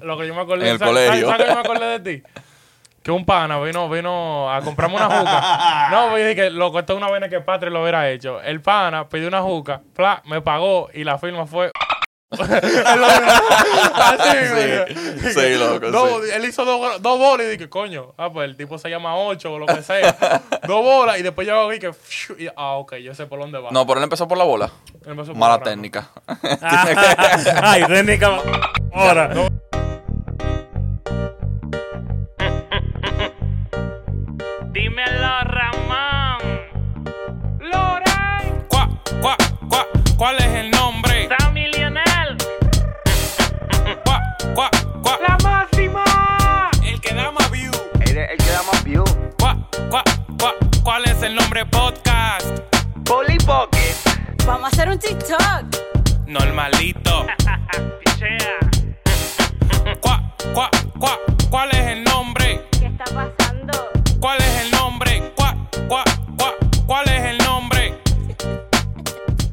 lo que yo me acordé. En el ¿sabes- colegio. ¿Sabes sabes lo que me acordé de ti? Que un pana vino, vino a comprarme una juca. No, pues yo dije que loco, esto es una vaina que Patri lo hubiera hecho. El pana pidió una juca, fla, me pagó y la firma fue. Así, Sí, sí, loco, Dos- sí. Él hizo dos, dos bolas y dije, coño, ah, pues el tipo se llama Ocho o lo que sea. dos bolas y después yo hago aquí que. fiu, y, ah, ok, yo sé por dónde va. No, pero él empezó por la bola. Él empezó por Mala atrás, ¿no? técnica. Ay, técnica. Ahora. Dímelo, Ramón. Loren. Cuá, cuá, cuá, ¿cuál es el nombre? Sammy Lionel. Cuá, cuá, cuá, La máxima. el que da más view. Eres el que da más view. Cuá, cuá, cuá, ¿cuál es el nombre podcast? Polly Pocket. Vamos a hacer un TikTok. Normalito. Pichea. Cuá, cuá, cuá, ¿cuál es el nombre? ¿Qué está pasando? ¿Cuál es el nombre? Cuá, cuá, cuá, ¿cuál es el nombre?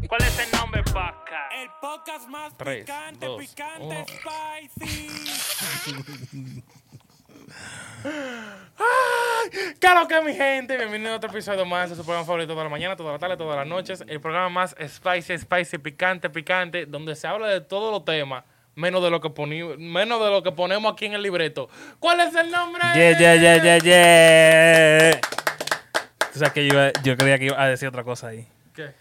¿Cuál es el nombre, Paca? El podcast más Tres, picante, dos, picante, uno. spicy. Claro que mi gente, bienvenido a otro episodio más de su programa favorito toda la mañana, toda la tarde, todas las noches. El programa más spicy, spicy, picante, picante, donde se habla de todos los temas, menos de lo que poni- menos de lo que ponemos aquí en el libreto. ¿Cuál es el nombre? Yeah, yeah, yeah, yeah, yeah. Tú sabes que yo, iba- yo creía que iba a decir otra cosa ahí. ¿Qué?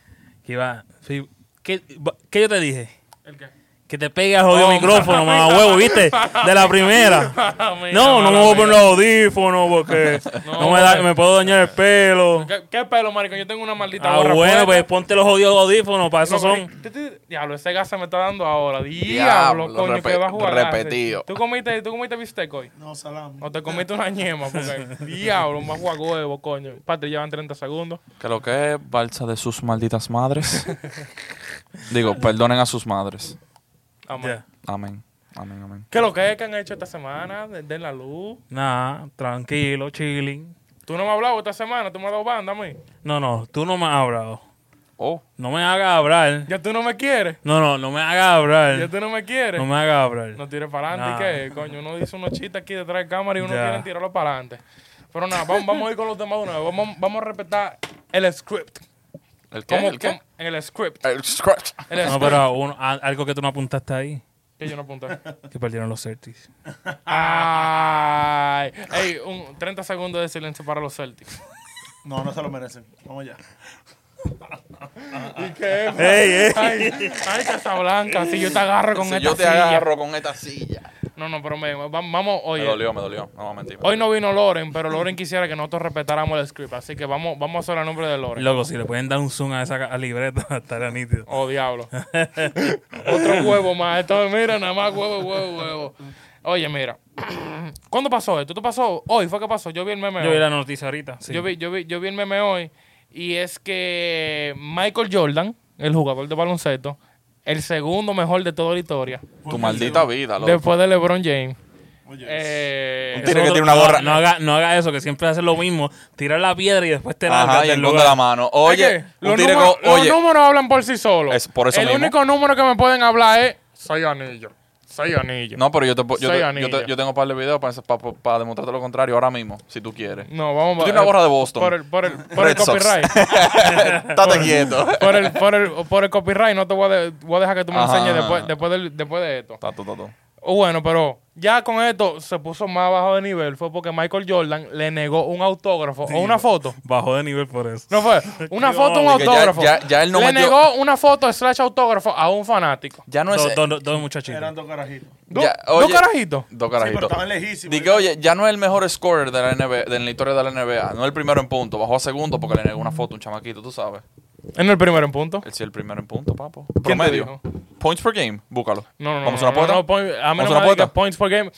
Que iba. sí, ¿Qué, qué yo te dije? ¿El qué? Que te pegue al jodido Oh, micrófono, mala mamá mía. huevo, ¿viste? De la primera. Mala mía, No, no Ah, mala me voy a poner mía. los audífonos porque No, no, me, da- hombre. me puedo dañar el pelo. ¿Qué, qué pelo, marico? Yo tengo una maldita Ah, gorra bueno, pues puesta. ponte los jodidos audífonos, para eso No, son. marico, ti- ti- Diablo, ese gas se me está dando ahora. Diablo, Diablo, coño, repe- que va a jugar. repetido. ¿Tú comiste, ¿Tú comiste bistec hoy? No, salami. ¿O te comiste una ñema? Porque, diablo, más huevo, coño. Pate, llevan 30 segundos. Que lo que es balsa de sus malditas madres. Digo, perdonen a sus madres. Amén. Ya. Amén. Amén, amén. ¿Qué es lo que es que han hecho esta semana? De, de la luz. Nah, tranquilo, chilling. Tú no me has hablado esta semana, tú me has dado banda a mí. No, no, tú no me has hablado. Oh, No me hagas hablar. Ya tú no me quieres. No, no, no me hagas Ya hablar. tú no me quieres. No No, me hagas hablar. tires para adelante. Nah. ¿y ¿Qué? Coño, uno dice unos chistes aquí detrás de cámara y uno Ya. quiere tirarlo para adelante. Pero nada, vamos, vamos a ir con los temas de una vez. Vamos, vamos a respetar el script. ¿el qué? ¿Cómo- ¿El qué? Ah, cómo- el script. El scratch. El No, script. pero uno- a- algo que tú no apuntaste ahí, Que yo no apunté. que perdieron los Celtics. Ay. Ey, un 30 segundos de silencio para los Celtics. No, no se lo merecen. Vamos ya. ¿Y qué? ey. Ay, ay, Casablanca, si yo te agarro con Si esta yo te silla. agarro con esta silla. No, no, pero me- va- vamos, Me oye. dolió, me dolió. No, mentira. Hoy no vino Loren, pero Loren quisiera que nosotros respetáramos el script. Así que vamos, vamos a hacer el nombre de Loren. Loco, si le pueden dar un zoom a esa ca- libreta, estaría nítido. Oh, diablo. Otro huevo más. Esto, mira, nada más huevo, huevo, huevo. Oye, mira. ¿Cuándo pasó esto? ¿Tú pasó? Hoy fue que pasó. Yo vi el meme Yo hoy. vi la noticia ahorita. sí. Yo, vi, yo, vi, yo vi el meme hoy. Y es que Michael Jordan, el jugador de baloncesto, el segundo mejor de toda la historia, Tu maldita vida, loco. después de LeBron James. Oye. eh, Un tiro que Eso- tiene una gorra. No, no haga, no haga eso, que siempre hace lo mismo. Tirar la piedra y después te lanza Ajá, y del en contra lugar. de la mano. Oye, Es que un los, tiro números, que- oye, los números hablan por sí solos. Es por eso El mismo. único número que me pueden hablar es seis anillos. Seis anillos. No, pero yo, te, po- yo, Soy te- yo, anillo. te- yo tengo un par de videos para, para, demostrarte lo contrario ahora mismo, si tú quieres. No, vamos Tú tienes una gorra de Boston. Por el, por el, por el Red Sox. copyright. Estate quieto. por, el, por, el, por el copyright no te voy a, de- voy a dejar que tú me Ajá. enseñes después, después, del- después de esto. Tato, tato. Oh, Bueno, pero ya con esto se puso más bajo de nivel. Fue porque Michael Jordan le negó un autógrafo o una foto. Bajó de nivel por eso. No fue. Una foto, un de que ya- autógrafo. ya- ya él no le metió- negó una foto slash autógrafo a un fanático. Ya no es. Dos- dos- dos- dos muchachitos. Eran dos carajitos. ¿Dos, Ya, dos oye. carajitos? Dos Sí, pero carajitos. estaban lejísimos. Dije, oye, ya no es el mejor scorer de la, NBA, de la historia de la NBA. No es el primero en punto. Bajó a segundo porque le negó una foto a un chamaquito, tú sabes. En el primero en punto. Él sí es el primero en punto, papo. ¿Quién te Promedio. Points per game. Búscalo. No, no, no. Vamos no, a una puerta. no, pues, no, point- a mí Vamos no a me una digas puerta. points por game.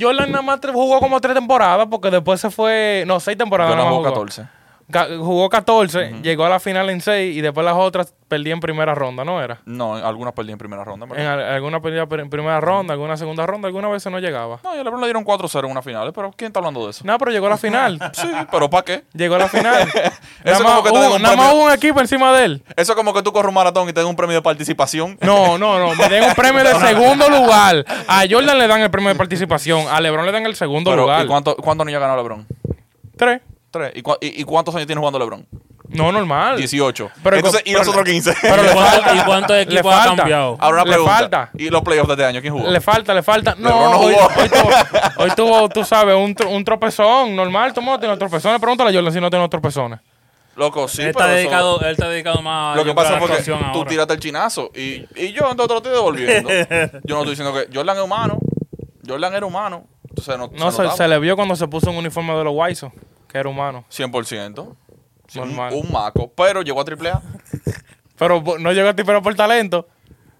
Jordan nada más tre- jugó como tres temporadas porque después se fue. No, seis temporadas. Yo no nada más jugó jugó. 14. Ca- Jugó 14, llegó a la final en 6 y después las otras perdí en primera ronda, ¿no era? No, algunas perdí en primera ronda. ¿verdad? En al- alguna perdía per- en primera ronda, alguna segunda ronda, alguna vez no llegaba. No, y a LeBron le dieron 4-0 en una final, pero ¿quién está hablando de eso? No, pero llegó a la final. Sí, pero ¿para qué? Llegó a la final. nada Eso como más, que te den hubo, un nada más premio. hubo un equipo encima de él. Eso es como que tú corres un maratón y te den un premio de participación. No, no, no. Me den un premio de segundo lugar. A Jordan le dan el premio de participación. A LeBron le dan el segundo Pero, lugar. ¿y cuánto, cuántos años ha ganado LeBron? Tres. Tres. ¿Y, cua- y- y cuántos años tiene jugando LeBron? No, normal. 18. Pero- Entonces, y pero- los otros 15. Pero le ¿Y cuánto- falta. y cuántos Le equipos ha falta. cambiado? Ahora una le pregunta. falta. ¿Y los playoffs de este año? ¿Quién jugó? Le falta, le falta. No, LeBron no hoy, jugó. hoy tuvo, hoy tuvo, tú sabes, un, tro- un tropezón. Normal, todo el mundo tiene tropezones. Pregúntale a Jordan si no tiene tropezones. Loco, sí, él, pero está eso- dedicado, él está dedicado más a Lo que yo pasa creo, a la es que tú actuación ahora. tiraste el chinazo y, y yo entonces te lo estoy devolviendo. yo no estoy diciendo que Jordan es humano. Jordan era humano. Entonces no, No, se, notaba. se le vio cuando se puso un uniforme de los Wisos, que era humano. 100%. Sí, un, Normal. un maco. Pero llegó a triple A. Pero bo- no llegó a ti, pero por talento.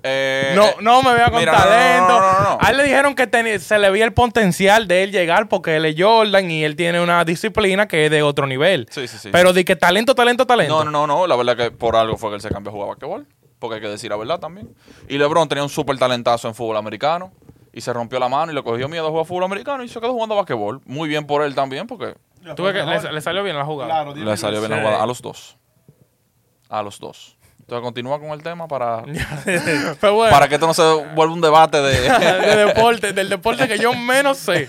Eh, No, eh, no me vea con mira, no, no, talento. no, no, no, no. A él le dijeron que teni- se le veía el potencial de él llegar porque él es Jordan y él tiene una disciplina que es de otro nivel. Sí, sí, sí. Pero di que talento, talento, talento. No, no, no, no. La verdad que por algo fue que él se cambió a jugar a basquetbol. Porque hay que decir la verdad también. Y LeBron tenía un súper talentazo en fútbol americano. Y se rompió la mano y le cogió miedo a jugar fútbol americano. Y se quedó jugando a basquetbol. Muy bien por él también, porque Tú ves que le, le salió bien la jugada. Claro, le salió bien la Sí. jugada a los dos. A los dos. Entonces continúa con el tema para, Pero bueno, para que esto no se vuelva un debate de... de deporte, del deporte que yo menos sé,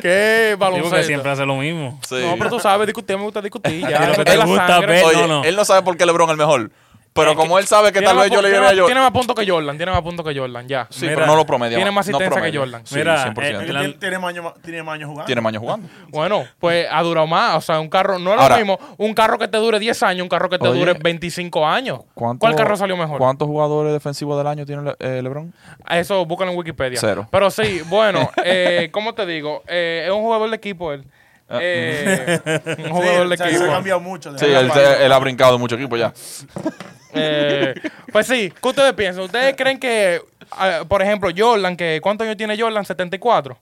que es Digo baloncesto. que siempre hace lo mismo. Sí. No, pero tú sabes, discutir, me gusta discutir. Ya, A ti lo que Es te la gusta sangre. ver- Oye, No, no. él no sabe por qué LeBron es el mejor. Pero como él sabe que Tiene tal más vez yo pu- le tiene diría más- yo... Tiene más puntos que Jordan, tiene más puntos que Jordan, ya. Sí, Mira, pero no lo promedia. tiene más no asistencia que promedia. Jordan. Sí, Mira, 100%. eh, Tiene, tiene más años- tiene más años jugando. Tiene más años jugando. Bueno, pues ha durado más. O sea, un carro no es Ahora- lo mismo. Un carro que te dure 10 años, un carro que te Oye, dure 25 años. ¿Cuánto- ¿Cuál carro salió mejor? Ah, ¿Cuántos jugadores defensivos del año tiene Le- eh, LeBron? Eso búscalo en Wikipedia. Cero. Pero sí, bueno, eh, ¿cómo te digo? Eh, es un jugador de equipo él. Ah. Eh, un Sí, jugador de o sea, Se ha equipo. cambiado mucho. de Sí, la él, parte. él ha brincado de mucho equipo ya. Eh, pues sí, ¿qué ustedes piensan? ¿Ustedes creen que, ah, por ejemplo, Jordan, que ¿cuántos años tiene Jordan? ¿74?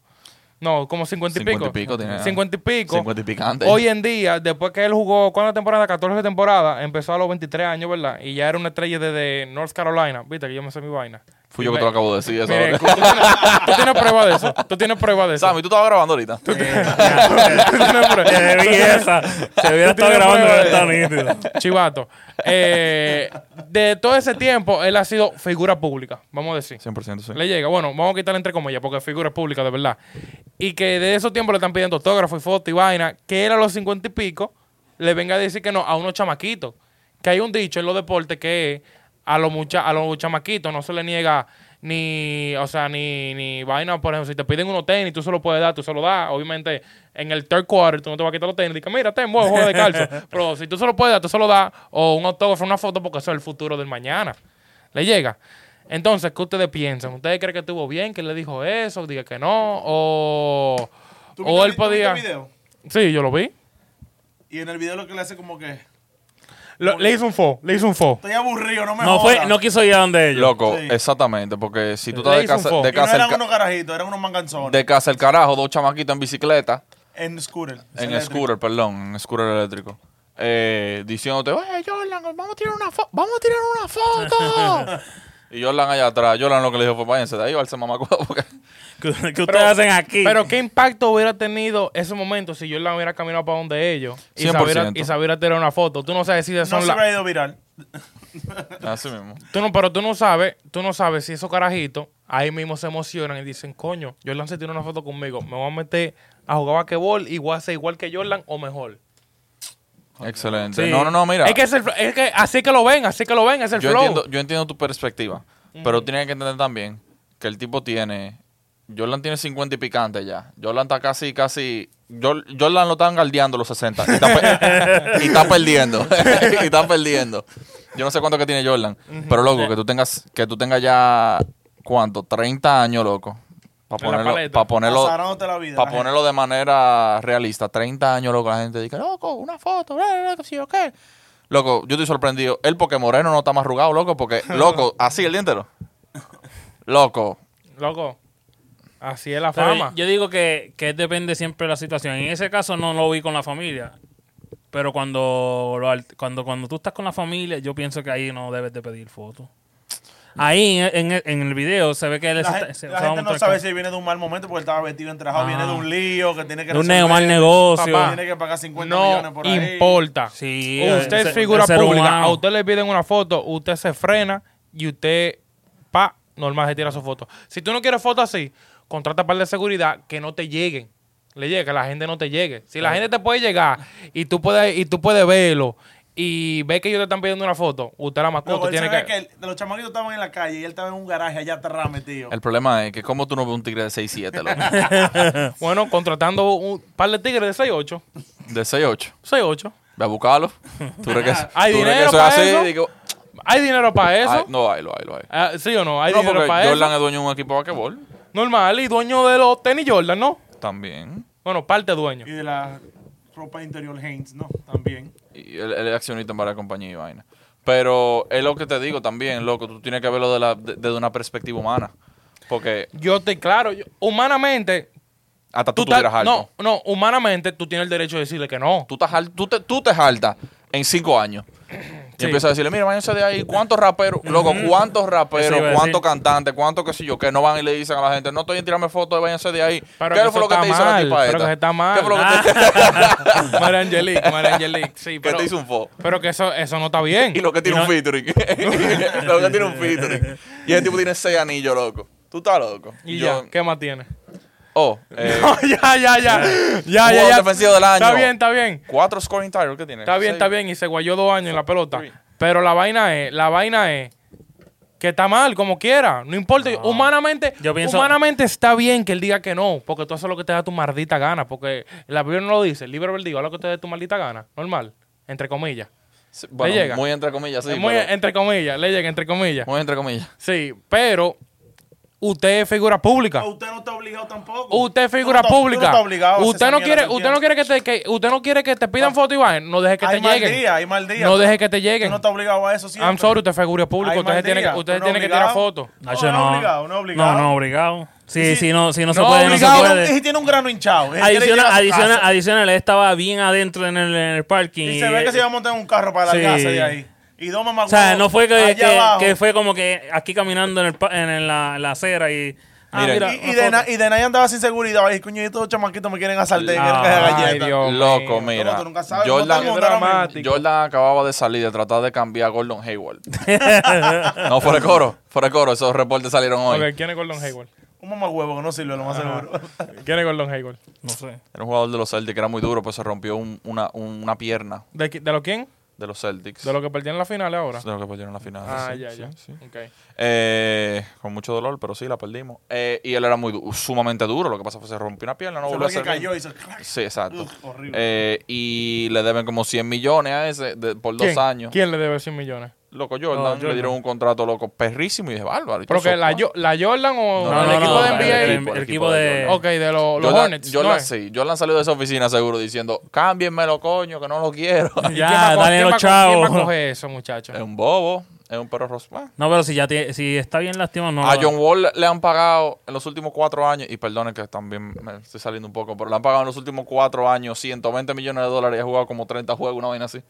No, como 50 y pico. 50 y pico tiene. 50 y pico. 50 y picante. Hoy en día, después que él jugó, ¿cuántas temporadas? 14 temporadas. Empezó a los 23 años, ¿verdad? Y ya era una estrella desde North Carolina. Viste que yo me sé mi vaina. Fui yo que te lo acabo de decir. Eso. Mire, tú, tienes, tú tienes prueba de eso. Tú tienes prueba de eso. Sammy, tú estabas grabando ahorita. Tú tienes prueba. Te debí esa. Se hubiera Tú estado tienes grabando prueba en de esta eso. nítida. Chivato. Eh, de todo ese tiempo, él ha sido figura pública, vamos a decir. 100% sí. Le llega, bueno, vamos a quitarle entre comillas porque figura es pública, de verdad. Y que de esos tiempos le están pidiendo autógrafo y foto y vaina, que era a los cincuenta y pico, le venga a decir que no a unos chamaquitos. Que hay un dicho en los deportes que a los, mucha a los chamaquitos no se le niega ni, o sea, ni, ni vaina, por ejemplo, si te piden unos tenis, tú se los puedes dar, tú se los das. Obviamente, en el third quarter, tú no te vas a quitar los tenis. Dices, mira, ten, voy a jugar de calcio. Pero si tú se los puedes dar, tú se los das. O un autógrafo, una foto, porque eso es el futuro del mañana. Le llega. Entonces, ¿qué ustedes piensan? ¿Ustedes creen que estuvo bien? ¿Que él le dijo eso? ¿Diga que no? ¿O, ¿Tú viste o el- él tú viste el podía...? video? Sí, yo lo vi. Y en el video lo que le hace como que... Lo- le hizo un fo, le hizo un fo. Estoy aburrido, no me No, fue, jodas". no quiso ir a donde ellos. Loco, Sí. exactamente. Porque si tú Le estás de hizo un casa, foul. de Y no casa, eran el, unos ca- carajitos, eran unos manganzones. de casa el carajo, dos chamaquitos en bicicleta, En scooter. en eléctrico. scooter, perdón, en scooter eléctrico, eh, diciéndote, oye, Jordan, vamos a tirar una foto, vamos a tirar una foto. y Jordan allá atrás, Jordan lo que le dijo fue, váyanse de ahí, váyanse mamacuado, porque ¿Qué qué ustedes hacen aquí? Pero ¿qué impacto hubiera tenido ese momento si yo la hubiera caminado para donde ellos y se hubiera- 100%. y se hubiera tirado una foto? Tú no sabes si de No son se la- hubiera ido viral. así mismo. Tú no, pero tú no sabes, tú no sabes si esos carajitos ahí mismo se emocionan y dicen, coño, Jordan se tiró una foto conmigo, me voy a meter a jugar basquetbol y voy a ser igual que Jordan o mejor. Excelente. Sí. No, no, no, mira. Es que, es, el, es que así que lo ven, así que lo ven, es el yo flow. entiendo, yo entiendo tu perspectiva, pero tienes que entender también que el tipo tiene. Jordan tiene 50 y picante ya. Jordan está casi, casi. Jor- Jordan lo están galdeando los 60. Y está, pe- y está perdiendo. y está perdiendo. Yo no sé cuánto que tiene Jordan. Pero loco, que tú tengas, que tú tengas ya cuánto, 30 años, loco. Para En la ponerlo, paleta. pa' ponerlo, Pasándote la vida. para la gente. ponerlo de manera realista, 30 años, loco, la gente dice, loco, una foto, bla, bla, bla, que sí, o qué. Loco, yo estoy sorprendido. Él porque Moreno no está más arrugado, loco, porque, loco, así el día entero. Loco. Loco, así es la Pero fama. Yo digo que, que depende siempre de la situación. En ese caso no lo vi con la familia. Pero cuando, lo alt- cuando, cuando tú estás con la familia, yo pienso que ahí no debes de pedir fotos. Ahí en, en- en el video se ve que él La, se gen- está- se- se va la a gente no montar sabe con- si viene de un mal momento porque estaba vestido entrajado, Ah. viene de un lío que tiene que de un resolver, neo- mal negocio. Papá. Tiene que pagar 50 millones No por ahí. importa. Sí, usted el es ser- figura el ser pública. humano. A usted le piden una foto, usted se frena y usted, pa, normal se tira su foto. Si tú no quieres foto así, contrata par de seguridad que no te lleguen. Le llegue, que la gente no te llegue. Si la gente te puede llegar y tú puedes, y tú puedes verlo y ve que ellos te están pidiendo una foto, usted la Loco, mascota él tiene se ve que... que el- los chamaquitos estaban en la calle y él estaba en un garaje allá atrás metido. El problema es que como tú no ves un tigre de 6'7, loco. Eh. Bueno, contratando un par de tigres de 6'8. De 6'8. 6'8. Ve a buscarlo. ¿Tú crees que, es- Hay tú crees que dinero eso es para así? eso. Digo, ¿Hay dinero para eso? ay, no, hay, lo hay, lo hay. Ah, ¿Sí o no? ¿Hay No, dinero porque para Jordan eso? es dueño de un equipo de basquetbol. Normal, y dueño de los tenis Jordan, ¿no? También. Bueno, parte dueño. Y de la ropa interior Hanes, ¿no? También. Ah. Y él, él es accionista en varias compañías y vaina. Pero es lo que te digo también, loco. Tú tienes que verlo de la- de- desde una perspectiva humana. Porque Yo te, claro, yo- humanamente. hasta tú, Tú tuvieras estás- algo. no, no, humanamente tú tienes el derecho de decirle que no. tú, estás al- tú, te, tú te jaltas en cinco años. Y Sí. empiezas a decirle, mira, váyanse de ahí, ¿cuántos raperos, loco, cuántos Eso iba a raperos, decir. cuántos cantantes, cuántos qué sé yo, que no van y le dicen a la gente, no estoy en tirarme fotos, váyanse de ahí? Pero ¿Qué que fue eso lo que Ah. está te hizo la mal, tipa pero esta? que está mal. Ah. ¿Qué fue lo que te, María Angelique, María Angelique, sí. que Pero, te hizo un fo? pero que eso, eso no está bien. Y lo que tiene Y un no- featuring. lo que tiene un featuring. Y ese tipo tiene seis anillos, loco. Tú estás loco. Y Yo- ya, ¿qué más tiene? Oh, eh, ya, ya, ya. Ya, jugador ya, ya. defensivo del año. Está bien, está bien. Cuatro scoring titles que tiene. Está bien, Seis. está bien. Y se guayó dos años en la pelota. Pero la vaina es, la vaina es que está mal, como quiera. No importa. Humanamente, Yo pienso- humanamente está bien que él diga que no, porque tú haces lo que te da tu maldita gana. Porque la Biblia no lo dice, el libro digo, haz lo que te dé tu maldita gana. Normal. Entre comillas. Sí, bueno, llega. muy entre comillas, sí. Es muy pero- entre comillas, le llega entre comillas. muy entre comillas. Sí, pero usted es figura pública. Pero Ah, Usted no está obligado tampoco. Usted es Tú no figura estás- tú no pública. estás obligado a hacer usted esa no mierda quiere, todo el usted no tiempo. quiere que te, que- usted no quiere que te pidan foto y vayan. No deje que Hay te mal lleguen. día, hay mal día. No Tú- deje que te lleguen. Tú no estás obligado a eso siempre. I'm sorry, usted es figura pública. Hay Usted mal tiene que, día. usted Tú no tiene que tirar obligado. fotos. Nacho, No, no no. obligado, no obligado. No, no obligado. Sí, Sí, sí, no, sí, no, se no puede, obligado, no se Obligado, puede. y tiene un grano hinchado. Él quiere Adicional, llegar a su casa. adicional, adicional, él estaba bien adentro en el, en el parking. Y se ve que se iba a montar en un carro para Sí. la casa de ahí. Y dos mamás. O sea, no fue que, allá que- abajo. que fue como que aquí caminando en, el, pa- en, en la, en la acera y. Ah, Mira, mira, Y, una y, de foto. na- y de nadie andaba sin seguridad. Ay, coño, y estos chamaquitos me quieren asaltar. y quieren que haga Ay, galleta. Dios Loco, mío. mira. Tú nunca sabes, no Jordan, estamos dramático. Jordan acababa de salir de tratar de cambiar a Gordon Hayward. no, fuera de coro. Fuera de coro. Esos reportes salieron hoy. Ok, ¿quién es Gordon Hayward? Un mamá huevo que no sirve, lo más seguro. ¿Quién es Gordon Hayward? No sé. Era un jugador de los Celtics que era muy duro, pues se rompió un- una, un- una pierna ¿De, qui- de lo quién? de los Celtics. ¿De lo que perdieron en la final ahora? De lo que perdieron en la final. Ah, sí, ya, sí, ya. sí. Ok. Eh, con mucho dolor, pero sí, la perdimos. Eh, y él era muy du- sumamente duro. Lo que pasa fue que se rompió una pierna, no Se volvió a fue que ser. cayó y mismo. hizo crack. Sí, exacto. Uf, horrible. Eh, y le deben como 100 millones a ese de- por dos ¿Quién? años. ¿Quién le debe 100 millones? Loco Jordan, No, le Jordan. dieron un contrato loco perrísimo y de bárbaro. Y ¿Pero todo que eso. la, Yo- la Jordan o No, el no, equipo no, de no, NBA? el, el el equipo, el equipo de. ok, de lo- los Jordan, Hornets. Jordan, ¿no es? sí. Jordan salió de esa oficina seguro diciendo, cámbienmelo, coño, que no lo quiero. ¿Y Ya, quién va a co- dale quién los va a co- ¿Quién va a chavos. coger eso, muchachos? es un bobo, es un perro ros- Bueno. No, pero si ya tiene- si está bien lastimado, no. A Ah, John Wall le han pagado en los últimos cuatro años, y perdonen que también me estoy saliendo un poco, pero le han pagado en los últimos cuatro años 120 millones de dólares y ha jugado como 30 juegos, una vaina así.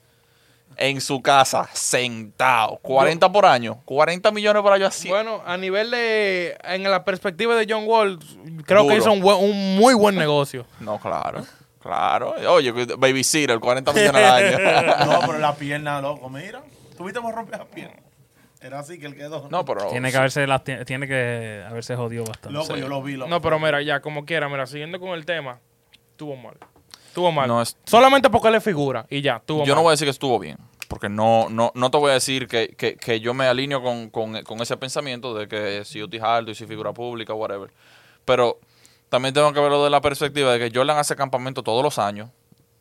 En su casa, sentado. 40 por año. 40 millones por año así. Bueno, a nivel de. En la perspectiva de John Wall, creo Duro. que hizo un, buen- un muy buen negocio. No, claro. Claro. Oye, babysitter, 40 millones al año. No, pero la pierna, loco, mira. Tuviste cómo romper la pierna. Era así que él quedó. No, pues, pero. Tiene que haberse, lasti- tiene que haberse jodido bastante. Loco, sí. yo lo vi, loco. No, pero mira, ya, como quiera, mira, siguiendo con el tema, tuvo mal. Tuvo mal. No, es- Solamente porque le figura y ya, tuvo Yo mal. no voy a decir que estuvo bien, porque no, no, no te voy a decir que, que- que yo me alineo con, con- con ese pensamiento de que si yo estoy alto y si figura pública, whatever. Pero también tengo que verlo de la perspectiva de que Jordan hace campamento todos los años,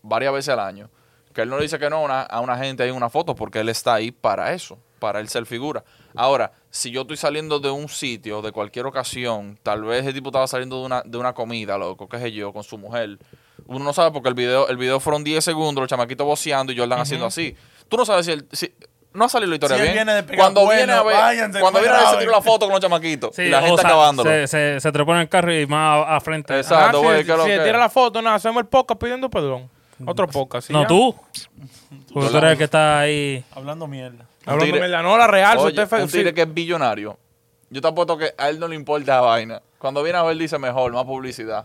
varias veces al año, que él no le dice que no a una, a una gente ahí en una foto porque él está ahí para eso, para él ser figura. Ahora, si yo estoy saliendo de un sitio, de cualquier ocasión, tal vez el tipo estaba saliendo de una, de una comida, loco, qué sé yo, con su mujer. Uno no sabe porque el video, el video fueron 10 segundos, los chamaquitos voceando y Jordan haciendo así. Tú no sabes si él... Si, no ha salido la historia Si él bien. viene de pegar cuando cuernos, viene a ver, váyanse, cuando viene a ver, se graben. tiró la foto con los chamaquitos. Sí, y la o gente sea, acabándolo. Se, se, se trepó en el carro y más a, a frente. Ajá, Exacto, güey, si ¿qué es lo si que le es? tira la foto, nada, hacemos el podcast pidiendo perdón. Otro podcast. sí, Mm. No, ya. tú. Porque tú eres el que está ahí. Hablando mierda. Hablando tigre- mierda. No, la real. si Oye, usted fue- un tigre sí. que es billonario. Yo te apuesto que a él no le importa la vaina. Cuando viene a ver, dice mejor, más publicidad.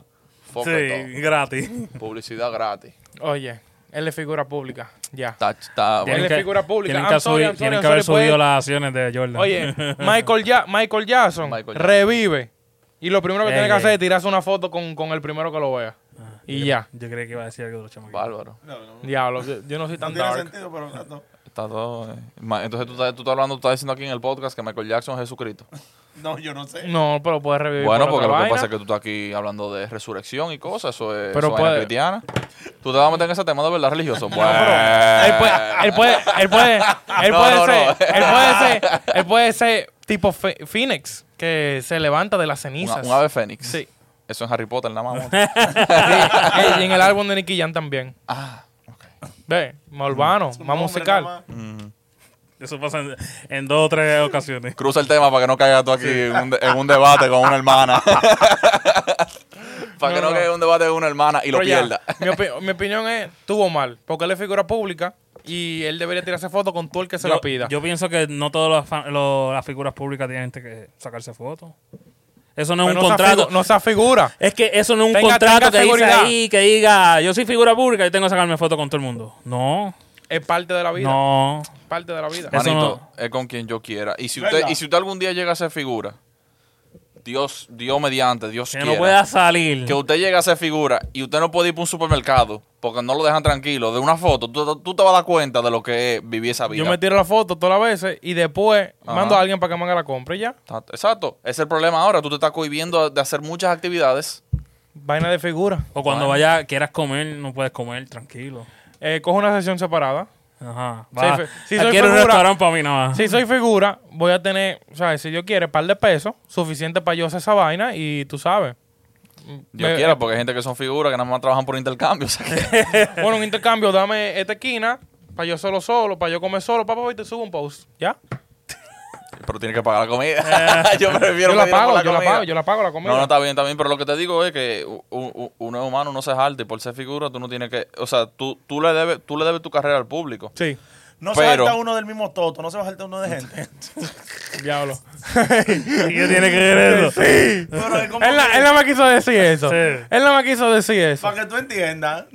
Fuck it Sí, gratis. all. Publicidad gratis. Oye, él es figura pública. Ya. Está, está Tiene bueno. Él es figura pública. Tienen I'm que, sorry, subir- I'm sorry, tienen I'm que haber sorry, pues. subido las acciones de Jordan. Oye, Michael, Ja- Michael Jackson Michael Jackson. revive. Y lo primero que Ey, tiene que ey. Ah. hacer es tirarse una foto con, con el primero que lo vea. y ya. Yo creí que iba a decir algo de los chamacos. Bárbaro. No, no, no Diablo, yo, yo no soy tan tiene dark. sentido, pero no, Está todo. eh. Ma- Entonces tú estás, tú estás hablando, tú estás diciendo aquí en el podcast que Michael Jackson es Jesucristo. no, yo no sé. No, pero puede revivir. Bueno, por porque otra lo que vaina. pasa es que tú estás aquí hablando de resurrección y cosas. Eso es, Pero eso es vaina puede- cristiana. Tú te vas a meter en ese tema de verdad religioso. Bueno. Él puede, él puede, él puede, él No, puede no, ser, no. él puede ser, él puede ser tipo Fe- Phoenix que se levanta de las Una- cenizas. un ave fénix. Sí. Eso en Harry Potter nada más. Sí, y en el álbum de Nicky Jam también. ah, Ve, más urbano, Un más hombre musical. nada más. Eso pasa en, en dos o tres ocasiones. cruza el tema para que no caiga tú aquí en, un de- en un debate con una hermana. para que No, no, no. caiga en un debate con una hermana y lo Pero ya, pierda. mi, opi- mi opinión es, tuvo mal, porque él es figura pública y él debería tirarse foto con todo el que se la pida. yo pienso que no todas las, fa- lo- las figuras públicas tienen que sacarse fotos. Eso no es Pero un no sea contrato. figu- no sea figura. Es que eso no es un Tenga- tenga contrato que dice seguridad. ahí, que diga, yo soy figura pública y tengo que sacarme fotos con todo el mundo. No, Es parte de la vida. no. Parte de la vida. Eso Manito, no- es con quien yo quiera. Y si, ¿Verdad? usted, y si usted algún día llega a ser figura, Dios, Dios mediante, Dios Que quiera, no pueda salir. que usted llega a ser figura y usted no puede ir para un supermercado porque no lo dejan tranquilo, de una foto, tú, tú te vas a dar cuenta de lo que es vivir esa vida. Yo me tiro la foto todas las veces y después Ajá. mando a alguien para que me haga la compra y ya. Ta- Exacto, ese es el problema ahora. Tú te estás cohibiendo de hacer muchas actividades. Vaina de figura. O cuando vaya, quieras comer, no puedes comer, tranquilo. Eh, cojo una sesión separada. Ajá. Sí, Va. fe- si soy Adquiere un figura- restaurante para mí nada más. Si soy figura, voy a tener, ¿sabes? Si yo quiero, un par de pesos, suficiente para yo hacer esa vaina y tú sabes. Dios Me- quiera, porque hay gente que son figuras que nada más trabajan por intercambio. o sea que- Bueno, un intercambio, dame esta esquina para yo solo solo, para yo comer solo, papá, y te subo un post. ¿Ya? pero tiene que pagar la comida. yo prefiero Yo la pedir por pago, yo la comida. pago, yo la pago la comida. No, no, está bien, está bien, pero lo que te digo es que u- u- uno es humano, uno se jalta y por ser figura tú no tienes que, o sea, tú, tú le debes tú le debes tu carrera al público. Sí, No se Pero- salta uno del mismo toto, no se va a saltar uno de gente. diablo. ¿Y qué tiene que ver eso? Pero es como él, la, que- él no me quiso decir eso. Sí. Él no me quiso decir eso. para que tú entiendas.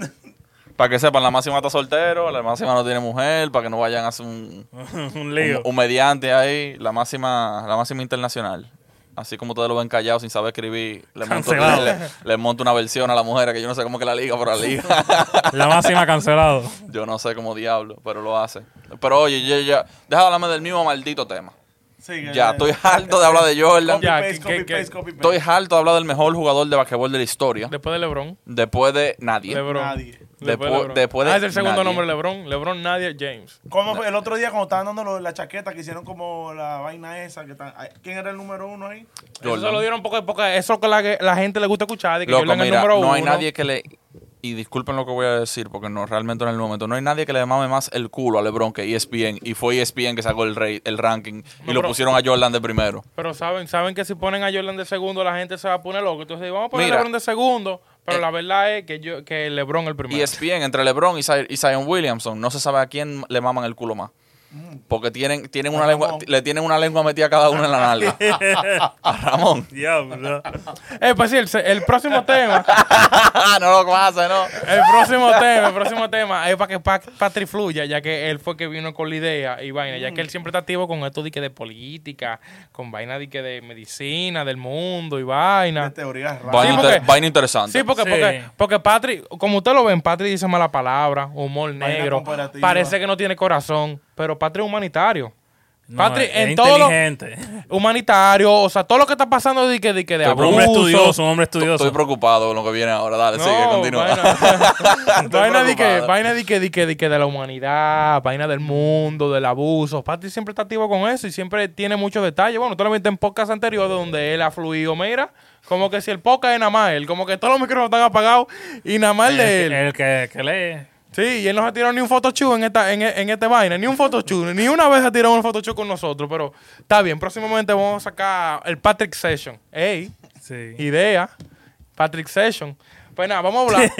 Para que sepan, la máxima está soltero, la máxima no tiene mujer, para que no vayan a hacer un, un un, lío. un mediante ahí, la máxima, la máxima internacional. Así como ustedes lo ven callado sin saber escribir, le monto, Cancelado. le- le- le monto una versión a la mujer que yo no sé cómo que la liga, pero la liga. La máxima cancelado. yo no sé cómo diablo, pero lo hace. Pero oye, ya, ya, deja de hablarme del mismo maldito tema. Sí, que- Ya, estoy harto de hablar de Jordan. Copy Ya, paste, que- copy que- paste, copy paste. Estoy harto de hablar del mejor jugador de basquetbol de la historia. Después de Lebron. Después de nadie. Lebron. Nadie. Después, Después- de Lebron. después de ah, es el segundo nadie. nombre, Lebron. Lebron, nadie, James. Como fue el otro día cuando estaban dando lo- la chaqueta que hicieron como la vaina esa que tan- ay, ¿Quién era el número uno ahí? Eso se Jordan. lo dieron poco a poco. Eso que la, la gente le gusta escuchar. De que Loco, Jordan es mira, número no hay uno. nadie que le... Y disculpen lo que voy a decir, porque no realmente no en el momento. No hay nadie que le mame más el culo a LeBron que E ESPN. Y fue ESPN que sacó el, rey- el ranking. y lo pero- pusieron a Jordan de primero. Pero saben, saben que si ponen a Jordan de segundo, la gente se va a poner loco. Entonces, vamos a poner Mira. a Lebron de segundo. Pero Eh. la verdad es que, yo, que Lebron es el primero. ESPN, entre LeBron y, Zi- y Zion Williamson, no se sabe a quién le maman el culo más. Porque tienen, tienen una lengua, Ramón. le tienen una lengua metida a cada uno en la nalga. a Ramón. Diablo. Eh, pues sí, el, se- el próximo tema. no lo pasa, ¿no? El próximo tema, el próximo tema es para que Pa- Patrick fluya, ya que él fue que vino con la idea y vaina, ya que Mm. él siempre está activo con esto de que de política, con vaina de que de medicina, del mundo y vaina. De teorías raras. Vaina, Sí, inter- porque- vaina interesante. Sí, porque, Sí. porque, porque Patrick, como ustedes lo ven, Patrick dice mala palabra, humor negro, comparativa. parece que no tiene corazón, pero Patrick es humanitario. No, Patrick, es en todo lo- inteligente. humanitario, o sea, todo lo que está pasando de que de, que de Estoy Un hombre estudioso, abuso. un hombre Estoy estudioso. preocupado con lo que viene ahora. Dale, No, sigue, continúa. vaina- Vaina de que, preocupado. vaina de que, de que, de que de la humanidad, vaina del mundo, del abuso. Patrick siempre está activo con eso y siempre tiene muchos detalles. Bueno, tú lo viste en podcast anteriores donde él ha fluido, mira, como que si el podcast es nada más él, como que todos los micrófonos están apagados y nada más el de él. el, el que, que lee. Sí, y él no se ha tirado ni un photoshoot en esta, en, e, en esta vaina, ni un photoshoot, ni una vez se ha tirado un photoshoot con nosotros, pero está bien, próximamente vamos a sacar el Patrick Session. Ey, Sí. idea, Patrick Session. Pues nada, vamos a hablar.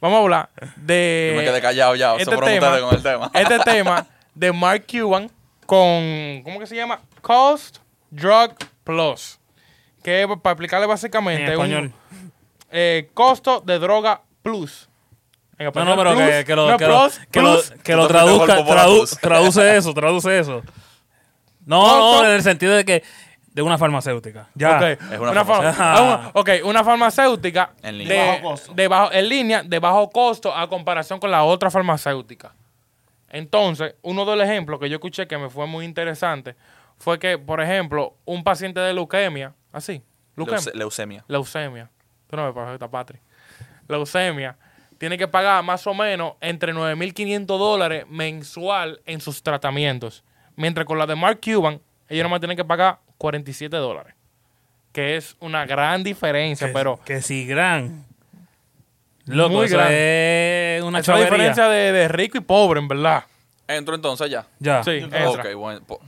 vamos a hablar de. Yo me quedé callado ya, se fueron ustedes con el tema. este tema de Mark Cuban con. ¿Cómo que se llama? Cost Drug Plus. Que para explicarle básicamente. En es un, español. eh, costo de droga plus. En No, español, no, pero plus, que, que lo, no, que lo, plus, que lo, plus. que lo Tú te fuiste traduzca, por Popolá tradu- Plus. traduce eso, traduce eso. No, Costo- no, en el sentido de que de una farmacéutica. Ya. Ok, Es una, una farma- farmacéutica. ah, una- ok, una farmacéutica En línea. de, Bajo costo. de bajo- en línea de bajo costo a comparación con la otra farmacéutica. Entonces, uno de los ejemplos que yo escuché que me fue muy interesante fue que, por ejemplo, un paciente de leucemia, así, leucemia, Leuce- Leucemia. leucemia. Tú no me pagas esta patria. Leucemia. Tiene que pagar más o menos entre 9.500 dólares mensual en sus tratamientos. Mientras con la de Mark Cuban, ellos nomás tienen que pagar 47 dólares. Que es una gran diferencia, Que, pero que si gran. Loco, Muy eso gran. es una es la chavería. diferencia de, de rico y pobre, en verdad. Entro entonces ya. Ya. Sí, entra. Ok, bueno, po-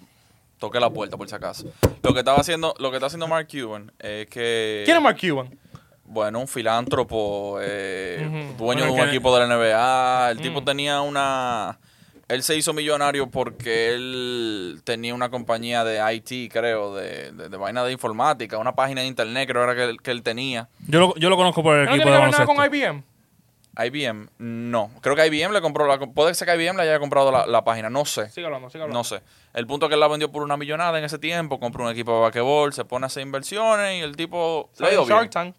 toqué la puerta por si acaso. Lo que estaba haciendo, lo que está haciendo Mark Cuban es que ¿Quién es Mark Cuban? bueno, Eh, un filántropo, eh, dueño Bueno, de un que- equipo de la NBA. El tipo tenía una. Él se hizo millonario porque él tenía una compañía de IT, creo, de, de, de vaina de informática, una página de internet, creo era que él, que él tenía. Yo, lo, yo lo conozco por el ¿No tiene equipo que de ver nada baloncesto. con IBM? IBM, no. Creo que IBM le compró. La, puede ser que IBM le haya comprado la, la página, no sé. Sigue hablando, sigue hablando. No sé. El punto es que él la vendió por una millonada en ese tiempo, compró un equipo de basquetbol, se pone a hacer inversiones y el tipo. Le ha ido bien. Shark Tank.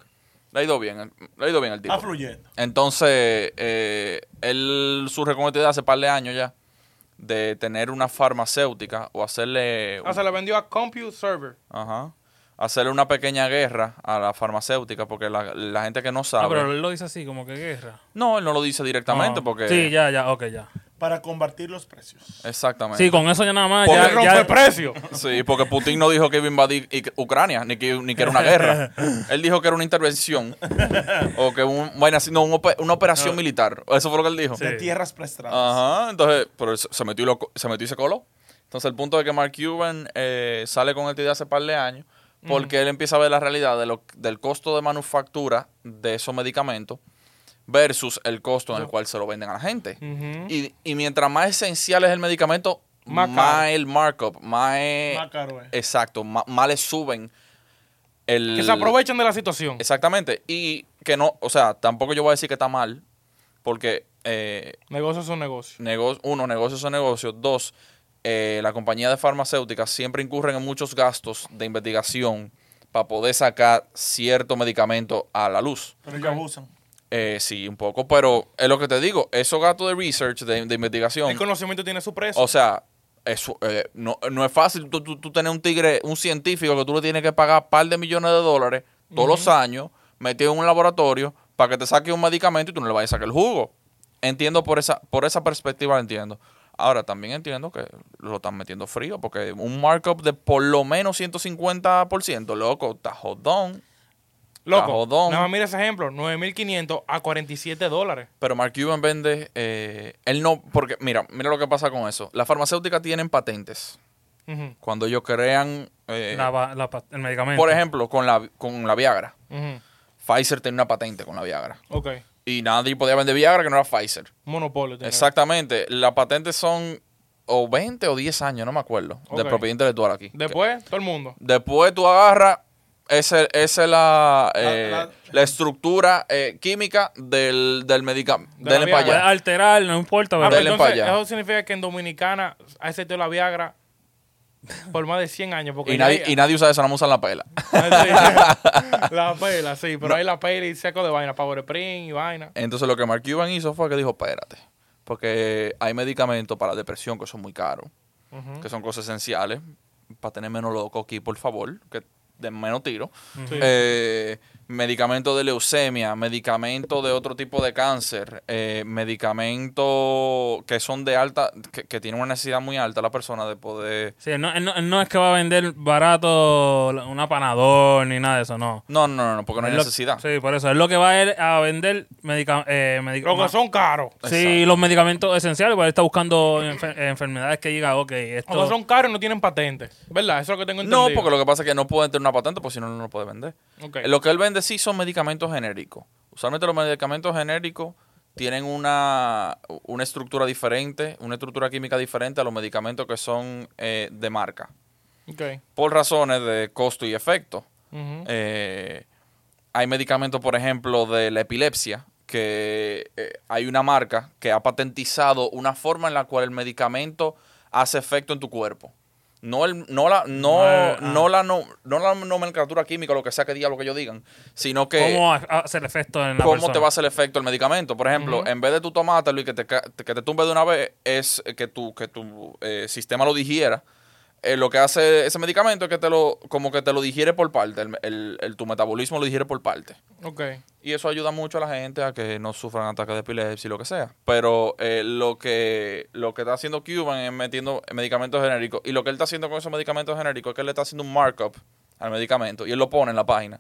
Le ha ido bien. Le ha ido bien el tipo. Está Ah, fluyendo. Entonces, eh, él surge con esta idea hace par de años ya de tener una farmacéutica o hacerle. Ah, se le vendió a Compute Server. Ajá. Hacerle una pequeña guerra a la farmacéutica porque la, la gente que no sabe. Ah, pero él lo dice así, como que guerra. No, él no lo dice directamente Ah. porque. Sí, ya, ya, ok, ya. Para combatir los precios. Exactamente. Sí, con eso ya nada más. Porque Ya, rompe ya- precio. Sí, porque Putin no dijo que iba a invadir Ic- Ucrania, ni que, ni que era una guerra. Él dijo que era una intervención. o que un, vaina así, no, un ope- una Ah. operación militar. Eso fue lo que él dijo. De tierras prestadas. Ajá, entonces, pero él se se metió, y lo co- se metió y se coló. Entonces, el punto de que Mark Cuban eh, sale con esta idea hace par de años, porque él empieza a ver la realidad de lo- del costo de manufactura de esos medicamentos versus el costo en el cual se lo venden a la gente. y, y mientras más esencial es el medicamento, Más más, caro. el markup, más, es- Más caro, eh. Exacto, ma- más, le suben el... Que se aprovechan de la situación. Exactamente. Y que no, o sea, tampoco yo voy a decir que está mal, porque... eh, Negocio es un negocio. nego- uno, negocios son negocios. Dos, eh, la compañía de farmacéuticas siempre incurren en muchos gastos de investigación para poder sacar cierto medicamento a la luz. Pero ellos abusan. Eh, sí, un poco, pero es lo que te digo, esos gastos de research, de, de investigación, El conocimiento tiene su precio. o sea, eso, eh, no, no es fácil tú, tú, tú tener un tigre, un científico que tú le tienes que pagar un par de millones de dólares todos los años, metido en un laboratorio, para que te saque un medicamento y tú no le vayas a sacar el jugo. Entiendo por esa, por esa perspectiva, la entiendo. Ahora, también entiendo que lo están metiendo frío, porque un markup de por lo menos 150%, loco, está jodón. está Loco, jodón. nada más mira ese ejemplo, 9.500 a 47 dólares. Pero Mark Cuban vende, eh, él no, porque mira, mira lo que pasa con eso. Las farmacéuticas tienen patentes. Ujú, Cuando ellos crean, eh, la va- la pa- el medicamento. por ejemplo, con la, con la Viagra. ujú. Pfizer tenía una patente con la Viagra. Ok, Y nadie podía vender Viagra que no era Pfizer. monopolio. tiene. Exactamente. Las patentes son o 20 o 10 años, no me acuerdo, Ok. de propiedad intelectual aquí. Después, todo el mundo. Después tú agarras, esa esa es la, eh, la- la estructura eh, química del, del medicamento. De la Denle para Viagra. Puedes allá. alterar, no importa. Ah, ¿verdad? pero Dale pa' entonces, allá. eso significa que en Dominicana ha existido la Viagra por más de 100 años. Porque Y Ah, ya nadie, hay- y nadie usa eso, no me usan la pela. Sí, la pela, sí, pero hay la pela y seco de vaina, Power Print y vaina. Entonces lo que Mark Cuban hizo fue que dijo, espérate, porque hay medicamentos para la depresión que son muy caros, que son cosas esenciales, para tener menos loco aquí, por favor, que den menos tiro. Eh, medicamentos de leucemia, medicamentos de otro tipo de cáncer, eh, medicamentos que son de alta, que, que tienen una necesidad muy alta la persona de poder... Sí, no, él no, él no es que va a vender barato la- un apanador ni nada de eso, no. No, no, no, no, porque no hay Él lo- necesidad. sí, por eso. Es lo que va a, él a vender medica- eh, medic- Lo ma- que son caros. Sí, Exacto. los medicamentos esenciales, porque él está buscando enfer- enfermedades que diga, ok, esto... Lo que son caros y no tienen patente. ¿Verdad? Eso es lo que tengo No, entendido. porque Eh, lo que pasa es que no pueden tener una patente, porque si no, no lo puede vender. Ok. Lo que él vende sí son medicamentos genéricos. Usualmente los medicamentos genéricos tienen una, una estructura diferente, una estructura química diferente a los medicamentos que son eh, de marca, Ok. por razones de costo y efecto. Ujú. Eh, hay medicamentos, por ejemplo, de la epilepsia, que eh, hay una marca que ha patentizado una forma en la cual el medicamento hace efecto en tu cuerpo. No, el- no, la, no, Ah. no, la, no, no la nomenclatura química, lo que sea que diga, lo que ellos digan, sino que ¿Cómo hacer efecto en la cómo persona? te va a hacer efecto el medicamento. Por ejemplo, en vez de tú tomártelo y que te, ca- que te tumbe de una vez, es que tu, que tu eh, sistema lo digiera. Eh, lo que hace ese medicamento es que te lo, como que te lo digiere por parte, el- el- el- tu metabolismo lo digiere por parte. Ok. Y eso ayuda mucho a la gente a que no sufran ataques de epilepsia y lo que sea. Pero eh, lo que lo que está haciendo Cuban es metiendo medicamentos genéricos. Y lo que él está haciendo con esos medicamentos genéricos es que él le está haciendo un markup al medicamento. Y él lo pone en la página.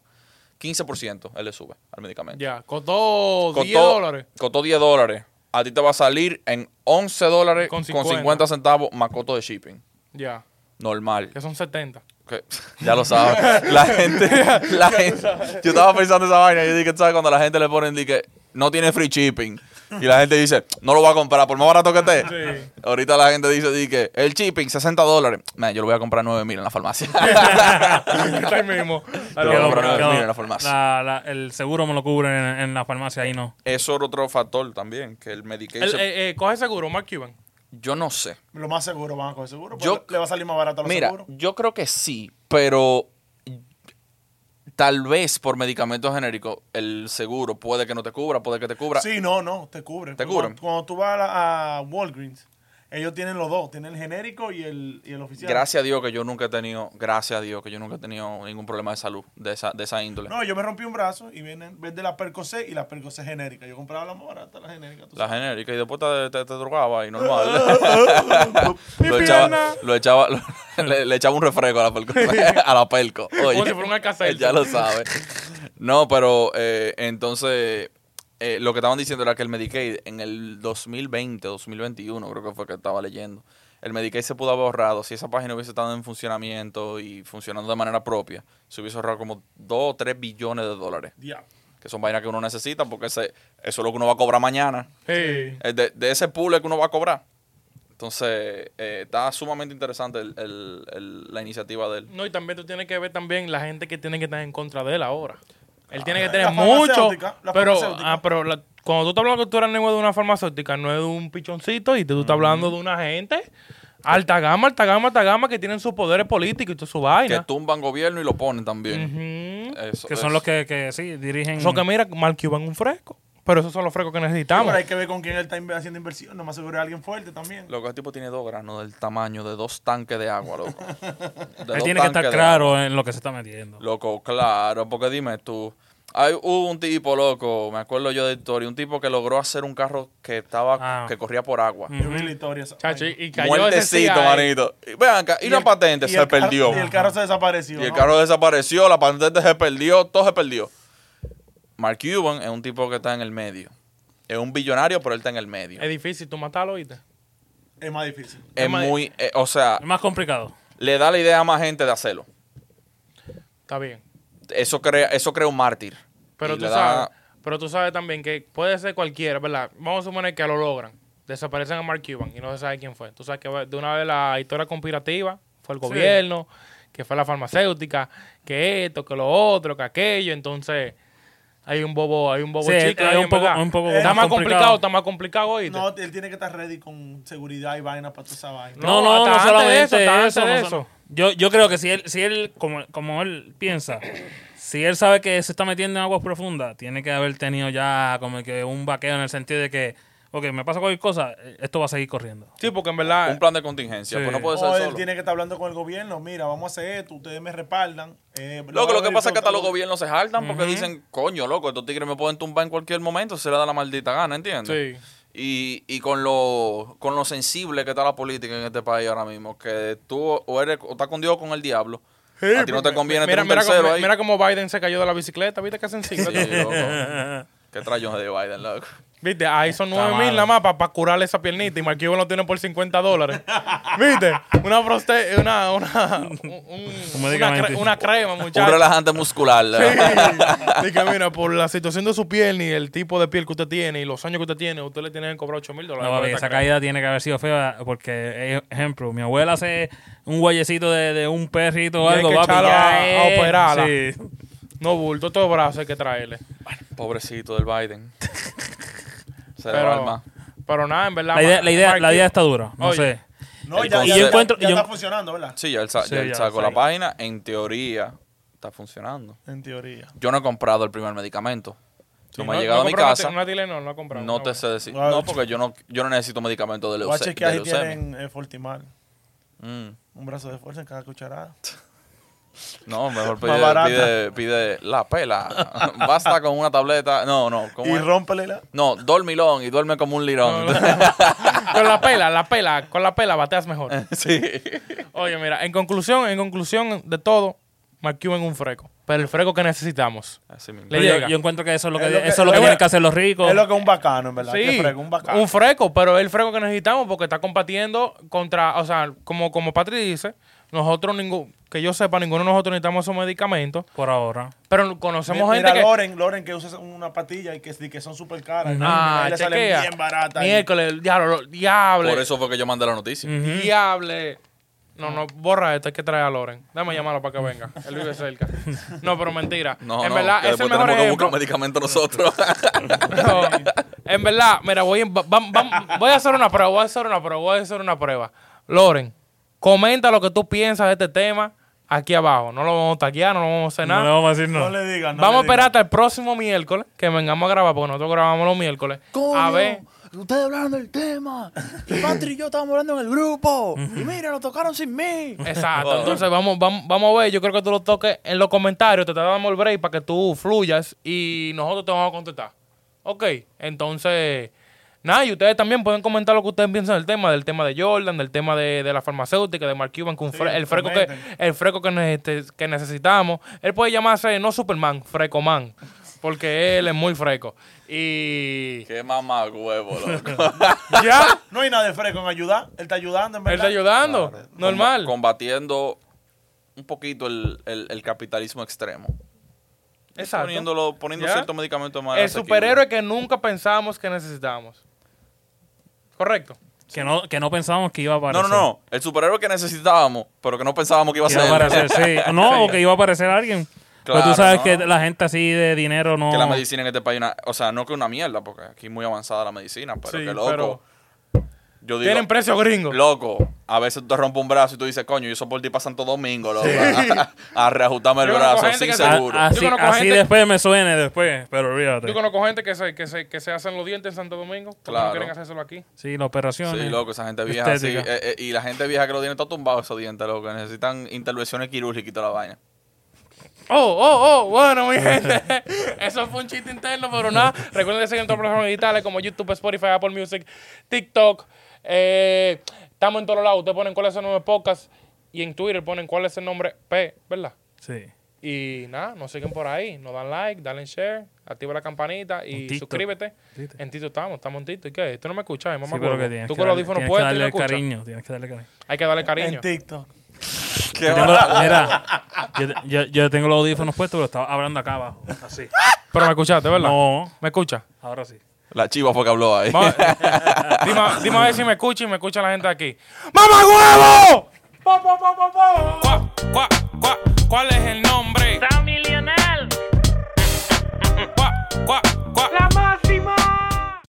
15% él le sube al medicamento. Ya. Costó 10 dólares. Costó 10 dólares. A ti te va a salir en 11 dólares Con con 50. 50, centavos más costo de shipping. Ya. Normal. Que son 70. Que- ya lo sabes. La gente. la gente- yo estaba pensando esa vaina. Yo dije, ¿sabes? Cuando la gente le ponen, dije, no tiene free shipping. Y la gente dice, no lo voy a comprar por más barato que esté. Ahorita la gente dice, dije, el shipping, 60 dólares. Man, yo lo voy a comprar 9 mil en la farmacia. Está ahí mismo. Yo lo voy a comprar 9 mil en la farmacia. la- la- el seguro me lo cubre en, en la farmacia, ahí no. Eso era otro factor también, que el El- medication. eh, eh, coge seguro, Mark Cuban. yo no sé. Lo más seguro van a coger seguro. Yo- porque le va a salir más barato a los Mira, seguros. yo creo que sí, pero tal vez por medicamentos genéricos el seguro puede que no te cubra, puede que te cubra. Sí, no, no, te cubre. ¿Te cubre. cubren? Cuando, cuando tú vas a, la- a Walgreens, ellos tienen los dos, tienen el genérico y el, y el oficial. Gracias a Dios que yo nunca he tenido, gracias a Dios que yo nunca he tenido ningún problema de salud de esa, de esa índole. No, yo me rompí un brazo y vienen, vende la Percocet y la Percocet genérica. Yo compraba la más barata, la genérica. tú La sabes. genérica y después te, te- te drogaba y normal. lo, echaba, lo echaba, lo- le, le echaba un refresco a la pelco. a la pelco. Oye, si fuera un Alka-Seltzer. Ya lo sabe. No, pero eh, entonces eh, lo que estaban diciendo era que el Medicaid en el 2020, 2021, creo que fue que estaba leyendo. El Medicaid se pudo haber ahorrado si esa página hubiese estado en funcionamiento y funcionando de manera propia. Se hubiese ahorrado como 2 o 3 billones de dólares, Diablo. que son vainas que uno necesita porque ese- eso es lo que uno va a cobrar mañana. Sí. Eh, de, de ese pool es que uno va a cobrar. Entonces, eh, está sumamente interesante el- el- el- la iniciativa de él. No, y también tú tienes que ver también la gente que tiene que estar en contra de él ahora. Él tiene que Ah. La tener mucho. farmacéutica, la Pero, farmacéutica. ah, pero la- cuando tú estás hablando que tú eres nuevo de una farmacéutica, no es de un pichoncito y tú estás hablando de una gente alta gama, alta gama, alta gama que tienen sus poderes políticos y toda su Que vaina. tumban gobierno y lo ponen también. Ujú. Eso Que es. son los que, que sí, dirigen. So que mira, Mark Cuban un fresco. Pero esos son los frescos que necesitamos. Ahora hay que ver con quién él está inve- haciendo inversión. No más seguro es alguien fuerte también. Loco, el tipo tiene dos granos del tamaño de dos tanques de agua, loco. De él dos tiene que estar tanques de claro en lo que se está metiendo. Loco, claro, porque dime tú. Hay, hubo un tipo, loco, me acuerdo yo de historia, un tipo que logró hacer un carro que estaba, Ah. que corría por agua. Es una historia. esa. Chachi, Ay. y cayó ese sí Muertecito, ahí. manito. Y, vean acá, y, Y la el- patente y se el carro- perdió. Y el carro se desapareció. Y el ¿no? carro desapareció, la patente se perdió, todo se perdió. Mark Cuban es un tipo que está en el medio. Es un billonario, pero él está en el medio. Es difícil tú matarlo, ¿viste? es más difícil. Es muy, eh, o sea, Es más complicado. le da la idea a más gente de hacerlo. Está bien. Eso crea, eso crea un mártir. Pero Y tú le da- sabes, pero tú sabes también que puede ser cualquiera, ¿verdad? Vamos a suponer que lo logran. Desaparecen a Mark Cuban y no se sabe quién fue. Tú sabes que de una vez la historia conspirativa fue el gobierno, que fue la farmacéutica, que esto, que lo otro, que aquello. Entonces, hay un bobo, hay un bobo Sí, chicle. es ahí, un en poco- verdad. un poco está más más complicado, complicado. está más complicado hoy. No, él tiene que estar ready con seguridad y vaina para toda esa vaina. No, No, no, hasta no antes de solamente eso, eso. hasta antes de no solo- eso. Yo, yo creo que si él, si él como, como él piensa, si él sabe que se está metiendo en aguas profundas, tiene que haber tenido ya como que un vaqueo en el sentido de que, ok, me pasa cualquier cosa, esto va a seguir corriendo. Sí, porque en verdad. un plan de contingencia, Sí. pues no puede o ser él solo. tiene que estar hablando con el gobierno. Mira, vamos a hacer esto. Ustedes me respaldan. eh, Loco, lo que voy a pasa es que hasta los disfrutar. gobiernos se jaltan porque dicen, coño, loco, estos tigres me pueden tumbar en cualquier momento, se le da la maldita gana, ¿entiendes? Sí. Y, y con lo con lo sensible que está la política en este país ahora mismo, que tú o eres o estás con Dios o con el diablo, a ti no te conviene mira, tener un mira, tercero cómo- ahí. mira cómo Biden se cayó de la bicicleta, ¿viste que es sencillo? Sí, loco. Qué trayón de Biden, loco. Viste, ahí son Está 9 mil malo. nada más para curarle esa piernita y Marquillo lo tiene por 50 dólares. Viste, una proste, una, una, un- un- una, medicamento. cre- una crema, Un muchachos. relajante muscular. Dije, mira, por la situación de su piel y el tipo de piel que usted tiene y los años que usted tiene, usted le tiene que cobrar 8 mil dólares. No, papi, por esta esa crema. caída tiene que haber sido fea porque, eh, ejemplo, mi abuela hace un guayecito de, de un perrito o Y hay algo, que papi. echarla ya a- a es- operarla. sí. No, bulto, estos brazos hay que traerle. Pobrecito del Biden. Se le va el Pero, ma- pero nada, en verdad. La idea, Mar- la, idea, la Marquillo- idea está dura, no Oye. sé. No, El ya, ya, concepto- ya- encuentro- ya yo- está funcionando, ¿verdad? Sí, ya él, sa- Sí, ya él ya, sacó la sí. página. En teoría, está funcionando. En teoría. Yo no he comprado el primer medicamento. Sí, no me ha llegado a mi compró una casa. ti- Una Tylenol, no ha comprado. No una te buena. sé decir. Wow. No, porque yo no, yo no necesito medicamento de, Voy a leuce- chequear de si leucemia. tienen eh, Fortimal. Mm. Un brazo de fuerza en cada cucharada. No, mejor Más barata. pide, pide, pide la pela. Basta con una tableta. No, no. ¿cómo Y es? rómpele la. No, dormilón y duerme como un lirón. No, con la pela, la pela, con la pela bateas mejor. sí. Oye, mira, en conclusión, en conclusión de todo, McCube en un freco. Pero el freco que necesitamos. Así mismo. Le Pero yo- llega. Yo, encuentro que eso es lo que, Es lo que- eso es lo que es lo- tienen que hacer los ricos. Es lo que es un bacano, en verdad. Sí, Qué frego, un bacano. freco, pero es el freco que necesitamos porque está combatiendo contra, o sea, como, como Patri dice, nosotros, ningún, que yo sepa, ninguno de nosotros necesitamos esos medicamentos, Por ahora. pero Mi- conocemos Mira, gente que... Loren, Loren que usa una patilla y que, y que son súper caras. ¿no? Ah, Y le salen chequea. bien baratas. y- Miércoles, diablo, diable, Por eso fue que yo mandé la noticia. Mm. diable. No, no, borra esto, hay que traer a Loren. Déjame llamarlo para que venga. Él vive cerca. No, pero mentira. No, en no, verdad, que es el después mejor tenemos que ejemplo. buscar medicamento nosotros. No, en verdad, mira, voy, en- va- vam- vam- voy a hacer una prueba, voy a hacer una prueba, voy a hacer una prueba. Loren, comenta lo que tú piensas de este tema aquí abajo. No lo vamos a taquear, no lo vamos a hacer No nada. le vamos a decir No no. le digan. vamos no a le digan. esperar hasta el próximo miércoles que vengamos a grabar, porque nosotros grabamos los miércoles. A ver. Ustedes hablaron del tema. Patrick y yo estábamos hablando en el grupo. Y mira, lo tocaron sin mí. Exacto. Entonces vamos, vamos, vamos a ver. Yo creo que tú lo toques en los comentarios. Te damos el break para que tú fluyas y nosotros te vamos a contestar. Ok. Entonces, nada, y ustedes también pueden comentar lo que ustedes piensan del tema, del tema de Jordan, del tema de, de la farmacéutica, de Mark Cuban, con fre- el freco que, comenten. el freco que, ne- te- que necesitamos. Él puede llamarse no Superman, Frecoman. Porque él es muy freco. Y. Qué mamá huevo, loco. ¡Ya! No hay nada de frego en ayudar. Él está ayudando, en Él verdad. está ayudando. Normal. Comba- Combatiendo un poquito el, el- el capitalismo extremo. Exacto. Poniéndolo, poniendo ¿Ya? ciertos medicamentos más. El superhéroe que nunca pensábamos que necesitábamos. Correcto. Que no, que no pensábamos que iba a No, aparecer. no, no. El superhéroe que necesitábamos, pero que no pensábamos que iba a Que iba a ser. aparecer, sí. No, o que iba a aparecer alguien. Pero Claro, tú sabes no. que la gente así de dinero no. Que la medicina en este país, una- o sea, no que una mierda, porque aquí es muy avanzada la medicina, pero Sí, que loco. pero- yo digo, Tienen precio gringo. loco, a veces tú te rompes un brazo y tú dices, coño, yo eso por ti para Santo Domingo, loco. a reajustarme el Yo conozco brazo, gente sin que- Ah, A- seguro. Así, Yo conozco así gente- después me suene, después. Pero olvídate. Yo conozco gente que se, que se, que se hacen los dientes en Santo Domingo. porque No Claro. quieren hacérselo aquí. Sí, la ah, operación. Sí, loco, esa gente vieja así. Estética. eh, eh, y la gente vieja que lo tiene todo tumbado esos dientes, loco. que Necesitan intervenciones quirúrgicas y toda la vaina. Oh, oh, oh. Bueno, mi gente. Eso fue un chiste interno, pero nada. Recuerden seguir en todas las plataformas digitales como YouTube, Spotify, Apple Music, TikTok. Eh, estamos en todos lados. Ustedes ponen cuál es el nombre de podcast. Y en Twitter ponen cuál es el nombre P, ¿verdad? Sí. Y nada, nos siguen por ahí. Nos dan like, dale share, activa la campanita En y TikTok. suscríbete. TikTok. En Tito estamos, estamos en Tito. ¿Y qué? Tú no me escuchas, mamá. Sí, pero que tienes Tú que con los darle, audífonos tienes que puestos y no darle escuchas. cariño. Tienes que darle cariño. Hay que darle En cariño. TikTok. Yo tengo la- mira, yo, te- yo- yo tengo los audífonos puestos, pero estaba hablando acá abajo. Así. Pero me escuchaste, ¿verdad? No, ¿Me escuchas? ahora sí. La chiva fue que habló ahí. Vamos- dime, dime a ver si me escucha y me escucha la gente de aquí. ¡Mamá huevo! ¡Po, po, po, po, po! Cuá,